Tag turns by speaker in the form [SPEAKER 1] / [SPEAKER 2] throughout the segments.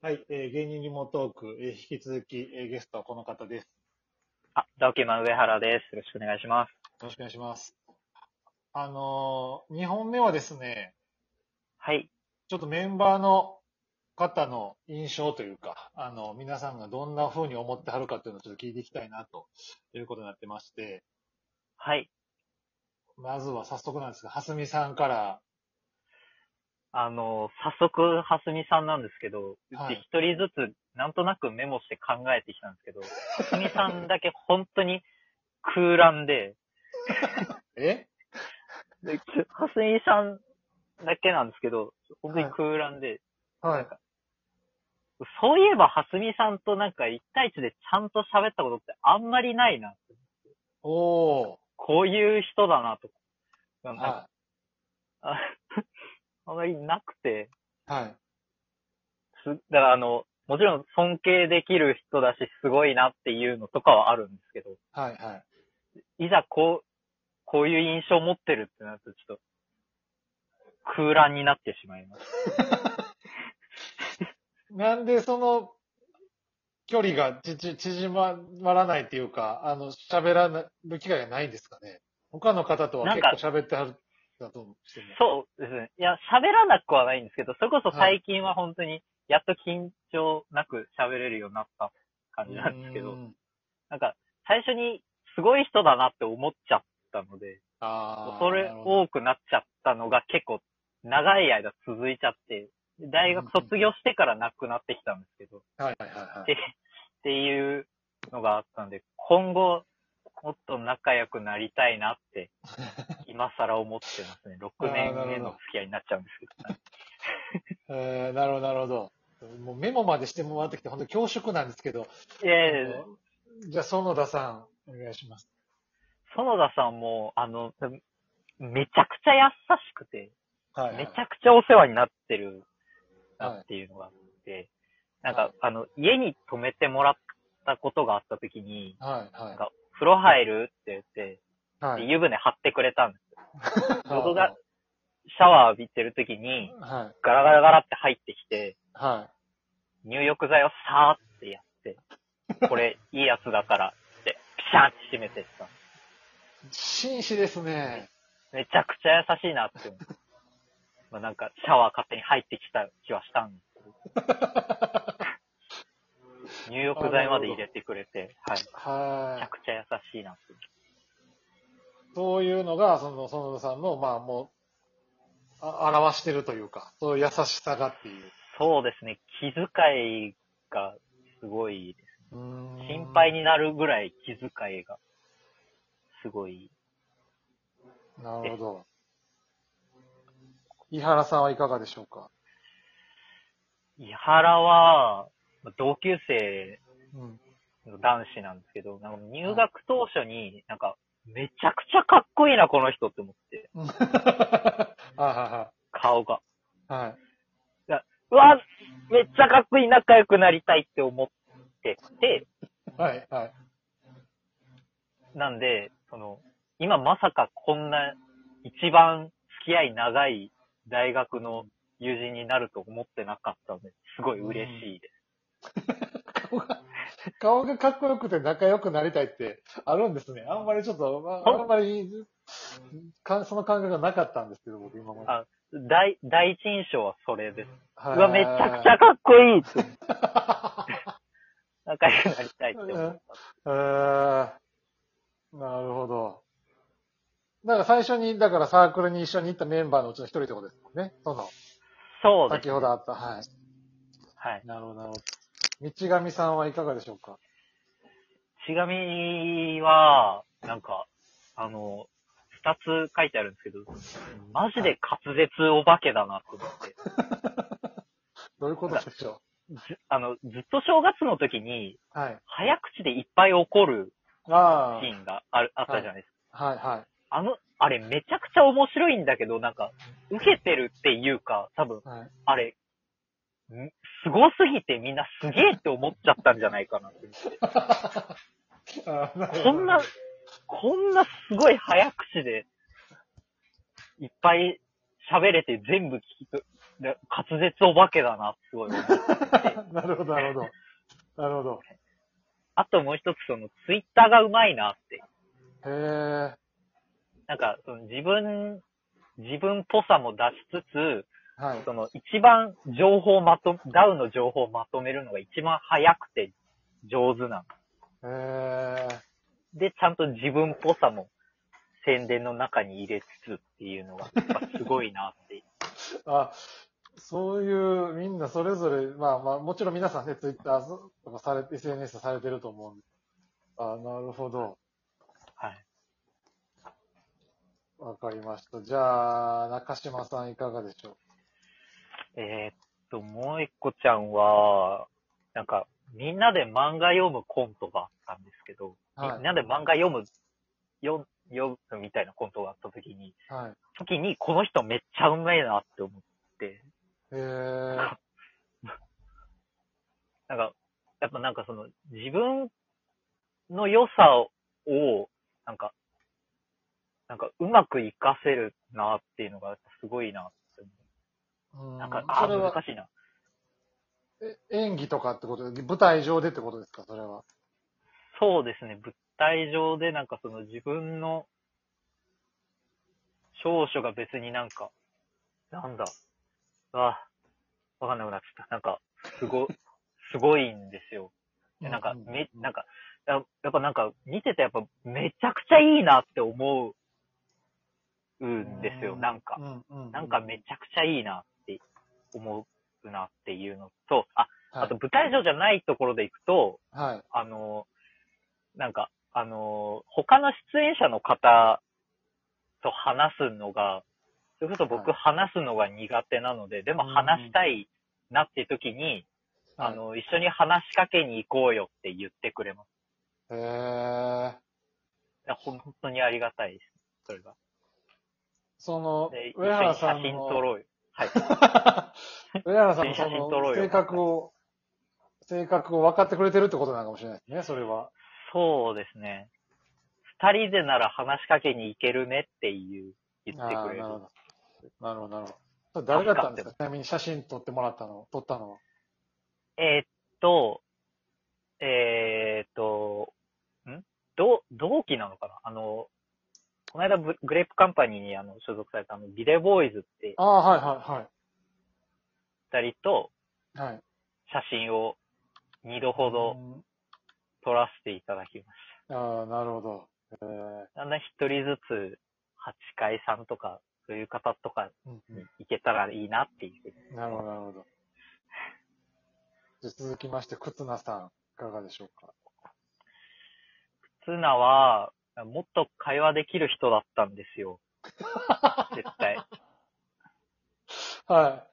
[SPEAKER 1] はい、えー芸人リモトーク、えー引き続き、えーゲストはこの方です。
[SPEAKER 2] あ、ダオキマン上原です。よろしくお願いします。
[SPEAKER 1] よろしくお願いします。あのー、2本目はですね、
[SPEAKER 2] はい。
[SPEAKER 1] ちょっとメンバーの方の印象というか、あの、皆さんがどんな風に思ってはるかというのをちょっと聞いていきたいな、ということになってまして、
[SPEAKER 2] はい。
[SPEAKER 1] まずは早速なんですが、はすみさんから、
[SPEAKER 2] あの、早速、はすみさんなんですけど、う
[SPEAKER 1] は
[SPEAKER 2] ち
[SPEAKER 1] い
[SPEAKER 2] 一人ずつ、なんとなくメモして考えてきたんですけど、はすみさんだけ本当に空欄で、
[SPEAKER 1] え
[SPEAKER 2] でちょはすみさんだけなんですけど、本当に空欄で、
[SPEAKER 1] はい。
[SPEAKER 2] そういえばはすみさんとなんか一対一でちゃんと喋ったことってあんまりないな。
[SPEAKER 1] おー。
[SPEAKER 2] こういう人だなと。なんか、
[SPEAKER 1] は
[SPEAKER 2] あんまりなくて、
[SPEAKER 1] い。はい。
[SPEAKER 2] す、だからあの、もちろん尊敬できる人だし、すごいなっていうのとかはあるんですけど、
[SPEAKER 1] はい。はい。
[SPEAKER 2] いざこう、こういう印象を持ってるってなると、ちょっと、空欄になってしまいます。
[SPEAKER 1] なんでその、距離がちち縮まらないっていうか、あの、喋らる機会がないんですかね。他の方とは
[SPEAKER 2] なん
[SPEAKER 1] 結
[SPEAKER 2] か
[SPEAKER 1] 構喋ってはるんだと思しても。
[SPEAKER 2] そうですね。いや、喋らなくはないんですけど、それこそ最近は本当に、やっと緊張なく喋れるようになった感じなんですけ
[SPEAKER 1] う
[SPEAKER 2] ど、
[SPEAKER 1] ん
[SPEAKER 2] なんか、最初にすごい人だなって思っちゃったので、
[SPEAKER 1] ああ。
[SPEAKER 2] それ
[SPEAKER 1] なるほど
[SPEAKER 2] 多くなっちゃったのが結構長い間続いちゃって、大学卒業してからなくなってきたんですけど、っ
[SPEAKER 1] はいはいはいはい。
[SPEAKER 2] てっていうのがあったんで、今後、もっと仲良くなりたいなって、今更思ってますね。6年
[SPEAKER 1] あーな
[SPEAKER 2] 目
[SPEAKER 1] るほ
[SPEAKER 2] の
[SPEAKER 1] ど
[SPEAKER 2] 付き合いになっちゃうんですけど。
[SPEAKER 1] えー、なるほどなるほど。もうメモまでしてもらってきて、本当に恐縮なんですけど。
[SPEAKER 2] ええ
[SPEAKER 1] じゃあ、園田さん、お願いします。
[SPEAKER 2] 園田さんも、あの、めちゃくちゃ優しくて、
[SPEAKER 1] はい、
[SPEAKER 2] めちゃくちゃお世話になってるなっていうのがあって、
[SPEAKER 1] はい
[SPEAKER 2] なんか、あの、家に泊めてもらったことがあった時に、
[SPEAKER 1] はい
[SPEAKER 2] なん
[SPEAKER 1] は
[SPEAKER 2] か、風呂入るって言って、
[SPEAKER 1] い。はい。
[SPEAKER 2] で湯船張ってくれたんで
[SPEAKER 1] 喉
[SPEAKER 2] 僕が。す。シャワー浴びてる時に、
[SPEAKER 1] はい。
[SPEAKER 2] ガラガラガラって入ってきて、
[SPEAKER 1] は
[SPEAKER 2] 入浴剤をさーってやって、これ、いいやつだからって、ピシャンって閉めてった。
[SPEAKER 1] い。紳士ですね。
[SPEAKER 2] めちゃくちゃ優しいなって思う。まあなんか、シャワー勝手に入ってきた気はしたんですけど。入浴剤まで入れてくれて、はい。めち
[SPEAKER 1] は
[SPEAKER 2] ゃ
[SPEAKER 1] い。
[SPEAKER 2] くちゃ優しいなって。
[SPEAKER 1] そういうのが、その、園田さんの、まあもう、あ表してるというか、そういう優しさがっていう。
[SPEAKER 2] そうですね、気遣いがすごい、
[SPEAKER 1] うーん
[SPEAKER 2] 心配。になるぐらい気遣いがすごい。
[SPEAKER 1] なるほど。井原さんはいかがでしょうか
[SPEAKER 2] 伊原は、まあ同級生
[SPEAKER 1] うん。
[SPEAKER 2] の男子なんですけど、なんか入学当初になんか、めちゃくちゃかっこいいな、この人って思って、
[SPEAKER 1] あは
[SPEAKER 2] 顔が。
[SPEAKER 1] は。は
[SPEAKER 2] うわ、めっちゃかっこいい、仲良くなりたいって思ってて、
[SPEAKER 1] い。はい。はい。
[SPEAKER 2] なんで、その、今まさかこんな一番付き合い長い大学の友人になると思ってなかったので、すごい嬉しいです。
[SPEAKER 1] 顔が、顔がかっこよくて仲良くなりたいってあるんですね。あんまりちょっと、ああんまり、かその感覚がなかったんですけど、僕今まで。
[SPEAKER 2] あ第、第一印象はそれです。
[SPEAKER 1] は
[SPEAKER 2] うわ、めちゃくちゃかっこいいって仲良くなりたいって思っ
[SPEAKER 1] え
[SPEAKER 2] た。
[SPEAKER 1] ーなるほど。だから最初に、だからサークルに一緒に行ったメンバーのうちの一人ってことですもんね。その、
[SPEAKER 2] そうです、
[SPEAKER 1] 先ほどあった。はい。
[SPEAKER 2] はい。
[SPEAKER 1] なるほど、なるほど。道上さんはいかがでしょうか
[SPEAKER 2] ちがみは、なんか、あの、二つ書いてあるんですけど、マジで滑舌お化けだなと思って。
[SPEAKER 1] どういうことでしょ
[SPEAKER 2] ずあの、ずっと正月の時に、
[SPEAKER 1] う はい。
[SPEAKER 2] 早口でいっぱい怒る
[SPEAKER 1] あ
[SPEAKER 2] シーンがあるあったじゃないです
[SPEAKER 1] あ、はい、はい。
[SPEAKER 2] か。あの、あれめちゃくちゃ面白いんだけど、なんか、受けてるっていうか、多分、
[SPEAKER 1] はい、
[SPEAKER 2] あれ、んすごすぎてみんなすげえって思っちゃったんじゃないかなって。
[SPEAKER 1] あー
[SPEAKER 2] こんな、こんなすごい早口で、いっぱい喋れて全部聞きと、で滑舌お化けだな、すごい思 う。
[SPEAKER 1] なるほど、なるほど。なるほど。
[SPEAKER 2] あともう一つ、その、ツイッターがうまいなって。
[SPEAKER 1] へえ。
[SPEAKER 2] なんか、その自分、自分っぽさも出しつ
[SPEAKER 1] はい
[SPEAKER 2] つ、。その、一番情報まと、ダウの情報をまとめるのが一番早くて上手なの。
[SPEAKER 1] へえ。
[SPEAKER 2] で、ちゃんと自分っぽさも宣伝の中に入れつつっていうのが、やっぱすごいなって。
[SPEAKER 1] あ、そういう、みんなそれぞれ、まあまあ、もちろん皆さんね、ツイッターとかされ、SNS されてると思うんで。あ、なるほど。
[SPEAKER 2] はい。
[SPEAKER 1] わかりました。じゃあ、中島さんいかがでしょ
[SPEAKER 2] えーっと、もう一個ちゃんは、なんか、みんなで漫画読むコントがあったんですけど、
[SPEAKER 1] うは
[SPEAKER 2] みん
[SPEAKER 1] い。
[SPEAKER 2] なで漫画読む、読読むみたいなコントがあった時に、
[SPEAKER 1] はい。
[SPEAKER 2] 時にこの人めっちゃうめえなって思って、
[SPEAKER 1] へえ。
[SPEAKER 2] なんか、やっぱなんかその、自分の良さを、なんか、なんかうまく活かせるなっていうのがすごいなって思
[SPEAKER 1] う
[SPEAKER 2] う。
[SPEAKER 1] ん
[SPEAKER 2] なんか、あ
[SPEAKER 1] そ
[SPEAKER 2] あ、
[SPEAKER 1] れ
[SPEAKER 2] 難
[SPEAKER 1] は
[SPEAKER 2] しいな。
[SPEAKER 1] え演技とかってことで、舞台上でってことですか、それは。
[SPEAKER 2] そうですね、物体上でなんかその自分の長所が別になんか、なんだ、あ、わかんなくなっちゃった。なんか、すご、すごいんですよ。でなんか、め、なん
[SPEAKER 1] か、
[SPEAKER 2] か、ややっぱなんか、見ててやっぱめちゃくちゃいいなって思うんですよ、なんか
[SPEAKER 1] う。んうん、
[SPEAKER 2] なんかめちゃくちゃいいなって思うなっていうのと、あ、
[SPEAKER 1] はい、
[SPEAKER 2] あと舞台上じゃないところで行くと、
[SPEAKER 1] はい。
[SPEAKER 2] あの、なんか、あの、他の出演者の方と話すのが、それこそ僕
[SPEAKER 1] は
[SPEAKER 2] 話すのが苦手なので、でも話したいなっていう時に、あの、一緒に話しかけに行こうよって言ってくれます。
[SPEAKER 1] はい、へえ。
[SPEAKER 2] いや本当にありがたいです。それが。
[SPEAKER 1] その
[SPEAKER 2] で、、一緒
[SPEAKER 1] 上
[SPEAKER 2] に
[SPEAKER 1] 原
[SPEAKER 2] 写
[SPEAKER 1] さん
[SPEAKER 2] 真
[SPEAKER 1] の、
[SPEAKER 2] 撮ろうよ。はい。
[SPEAKER 1] 上原さんの
[SPEAKER 2] 写
[SPEAKER 1] そ
[SPEAKER 2] 真撮
[SPEAKER 1] の
[SPEAKER 2] ろうよ
[SPEAKER 1] 性格を、性格を分かってくれてるってことなのかもしれないですね、それは。
[SPEAKER 2] そうですね。二人でなら話しかけに行けるねっていう、言って
[SPEAKER 1] あ
[SPEAKER 2] く
[SPEAKER 1] ー
[SPEAKER 2] れる
[SPEAKER 1] な。るほど。なるほど、なるほど。それ誰だったんですかちなみに写真撮ってもらったの、撮ったのは。
[SPEAKER 2] えーっと、えーっと、ん同同期なのかなあの、この間ブグレープカンパニーにあの所属されたあのビデボーイズって
[SPEAKER 1] ああ、はい、は
[SPEAKER 2] 二人と
[SPEAKER 1] い、はい。はい。
[SPEAKER 2] 写真を二度ほど
[SPEAKER 1] うん
[SPEAKER 2] 撮らせていただきまし
[SPEAKER 1] ああ、なるほど。えー
[SPEAKER 2] た。だんだん一人ずつ八階さんとか、そういう方とか
[SPEAKER 1] うん
[SPEAKER 2] に行けたらいいなっていう。
[SPEAKER 1] うんなるほど、なるほど。じゃあ続きまして、忽那さん、いかがでしょうか。
[SPEAKER 2] ツナは、もっと会話できる人だったんで すよ。絶対。
[SPEAKER 1] は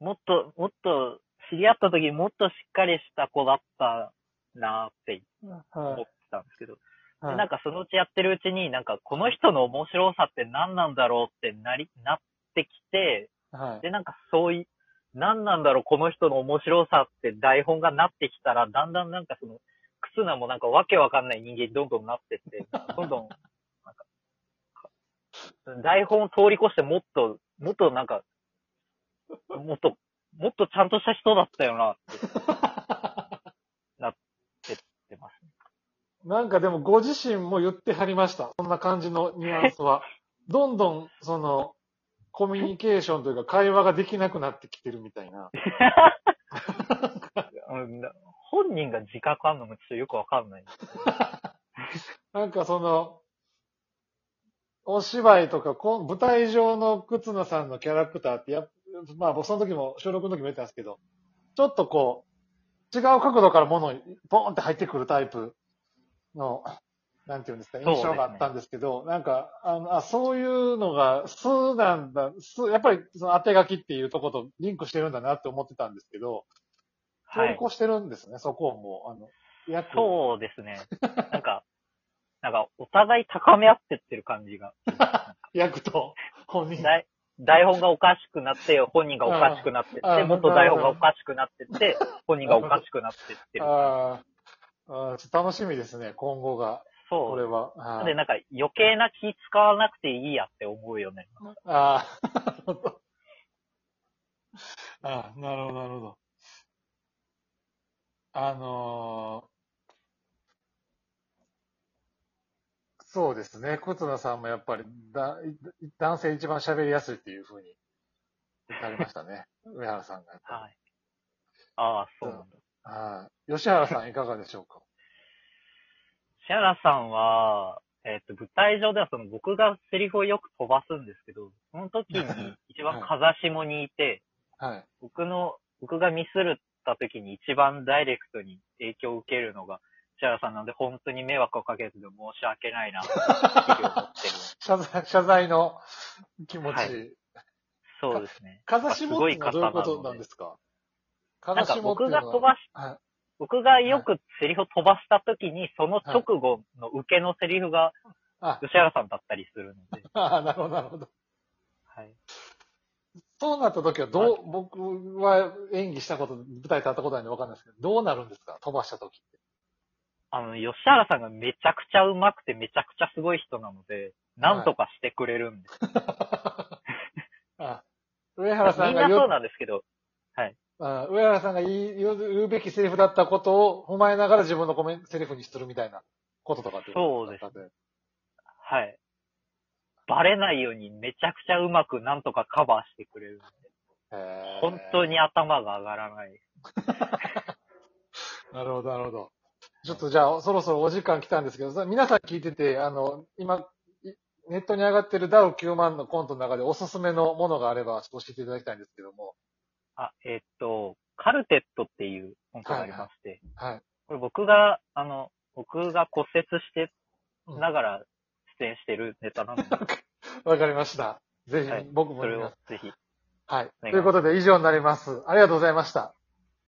[SPEAKER 2] もっと、もっと、知り合った時もっとしっかりした子だったなって
[SPEAKER 1] い。
[SPEAKER 2] 思って
[SPEAKER 1] は
[SPEAKER 2] たんですけど、
[SPEAKER 1] い。
[SPEAKER 2] でなんかそのうちやってるうちに、なんかこの人の面白さって何なんだろうってなり、なってきて、
[SPEAKER 1] はい。
[SPEAKER 2] でなんかそういう、何なんだろうこの人の面白さって台本がなってきたら、だんだんなんかその、忽那もなんかわけわかんない人間にどんどんなってって、どんど ん、なんか、台本を通り越してもっと、もっとなんか、もっと、もっとちゃんとした人だったよなって言ってます。
[SPEAKER 1] なんかでもご自身も言ってはりました。そんな感じのニュアンス は。どんどん、その、コミュニケーションというか会話ができなくなってきてるみたいな。
[SPEAKER 2] うんな本人が自覚あんのもちょっとよくわかんない。
[SPEAKER 1] なんかその、お芝居とか、こ舞台上の忽那さんのキャラクターってやっ、まあ僕その時も、収録の時も言ったんですけど、ちょっとこう、違う角度から物にボーンって入ってくるタイプの、なんていうんですか、印
[SPEAKER 2] そうですね
[SPEAKER 1] 象があったんですけど、なんか、あのあ、そういうのが素なんだ、素、やっぱりその当て書きっていうとことリンクしてるんだなって思ってたんですけど、
[SPEAKER 2] は
[SPEAKER 1] 投
[SPEAKER 2] い。
[SPEAKER 1] 稿してるんですね、そこをもう、あの、約
[SPEAKER 2] そうですね。なんか、なんか、お互い高め合ってってる感じが。
[SPEAKER 1] 役と本人が
[SPEAKER 2] 台台本がおかしくなって、本人がおかしくなってっ
[SPEAKER 1] ああ
[SPEAKER 2] て、もっと台本がおかしくなってって、本人がおかしくなってってる。
[SPEAKER 1] あーあー、ちょっと楽しみですね、今後が。
[SPEAKER 2] そ
[SPEAKER 1] これ
[SPEAKER 2] う。
[SPEAKER 1] は。
[SPEAKER 2] な
[SPEAKER 1] は
[SPEAKER 2] ん
[SPEAKER 1] い
[SPEAKER 2] でなんか余計な気使わなくていいやって思うよね。
[SPEAKER 1] ああ、 あなるほど、なるほど。あのーそうですね。忽那さんもやっぱりだ、い男性一番喋りやすいっていうふうになりましたね。上原さんが。
[SPEAKER 2] はい。ああ、そうなんだ。
[SPEAKER 1] はい。吉原さんいかがでしょうか
[SPEAKER 2] シャラさんは、えっ、と、舞台上ではその僕がセリフをよく飛ばすんですけど、その時に一番風下にいて、
[SPEAKER 1] はい。
[SPEAKER 2] 僕の、僕がミスった時に一番ダイレクトに影響を受けるのが、シャラさんなんで本当に迷惑をかけず申し訳ないな、って いう思ってる。
[SPEAKER 1] 謝罪、謝罪の気持ち。
[SPEAKER 2] はいそうですね。
[SPEAKER 1] 風下っていうのはどういうことなんですか風
[SPEAKER 2] なん
[SPEAKER 1] 下って
[SPEAKER 2] か
[SPEAKER 1] いうのは。
[SPEAKER 2] 僕が飛ばし、
[SPEAKER 1] は
[SPEAKER 2] 僕がよくセリフを飛ばした時に、その直後の受けのセリフが
[SPEAKER 1] あ、
[SPEAKER 2] 吉原さんだったりするので、
[SPEAKER 1] あなるほど、なるほど。
[SPEAKER 2] はい。
[SPEAKER 1] そうなった時はどう、僕は演技したこと、舞台立ったことないんでわかんないですけど、どうなるんですか飛ばした 時って。
[SPEAKER 2] あの、吉原さんがめちゃくちゃ上手くてめちゃくちゃすごい人なので、なんとかしてくれるんです。
[SPEAKER 1] あ上原さ
[SPEAKER 2] み
[SPEAKER 1] ん
[SPEAKER 2] ん
[SPEAKER 1] が
[SPEAKER 2] な
[SPEAKER 1] 言う
[SPEAKER 2] そうなんですけど、
[SPEAKER 1] あ上原さんが言い言う言うべきセリフだったことを踏まえながら自分のコメンセリフにするみたいなこととかっていことだったんで。
[SPEAKER 2] はい。バレないようにめちゃくちゃうまくなんとかカバーしてくれるんで。
[SPEAKER 1] へー
[SPEAKER 2] 本当に。頭が上がらない。
[SPEAKER 1] なるほど、なるほど。ちょっとじゃあ、そろそろお時間来たんですけど、さ皆さん聞いてて、あの、今、いネットに上がってるダウ9万のコントの中でおすすめのものがあれば、ちょっと教えていただきたいんですけども。
[SPEAKER 2] あ、えっと、カルテットっていう本がありまして、
[SPEAKER 1] はい。
[SPEAKER 2] これ僕が、あの、僕が骨折して
[SPEAKER 1] うん
[SPEAKER 2] ながら出演してるネタ なので、
[SPEAKER 1] わかりました。ぜひ、
[SPEAKER 2] はい
[SPEAKER 1] 僕も見
[SPEAKER 2] それを
[SPEAKER 1] ます。
[SPEAKER 2] ぜひ。
[SPEAKER 1] はい。と
[SPEAKER 2] 願いします
[SPEAKER 1] いうことで、以上になります。ありがとうございました。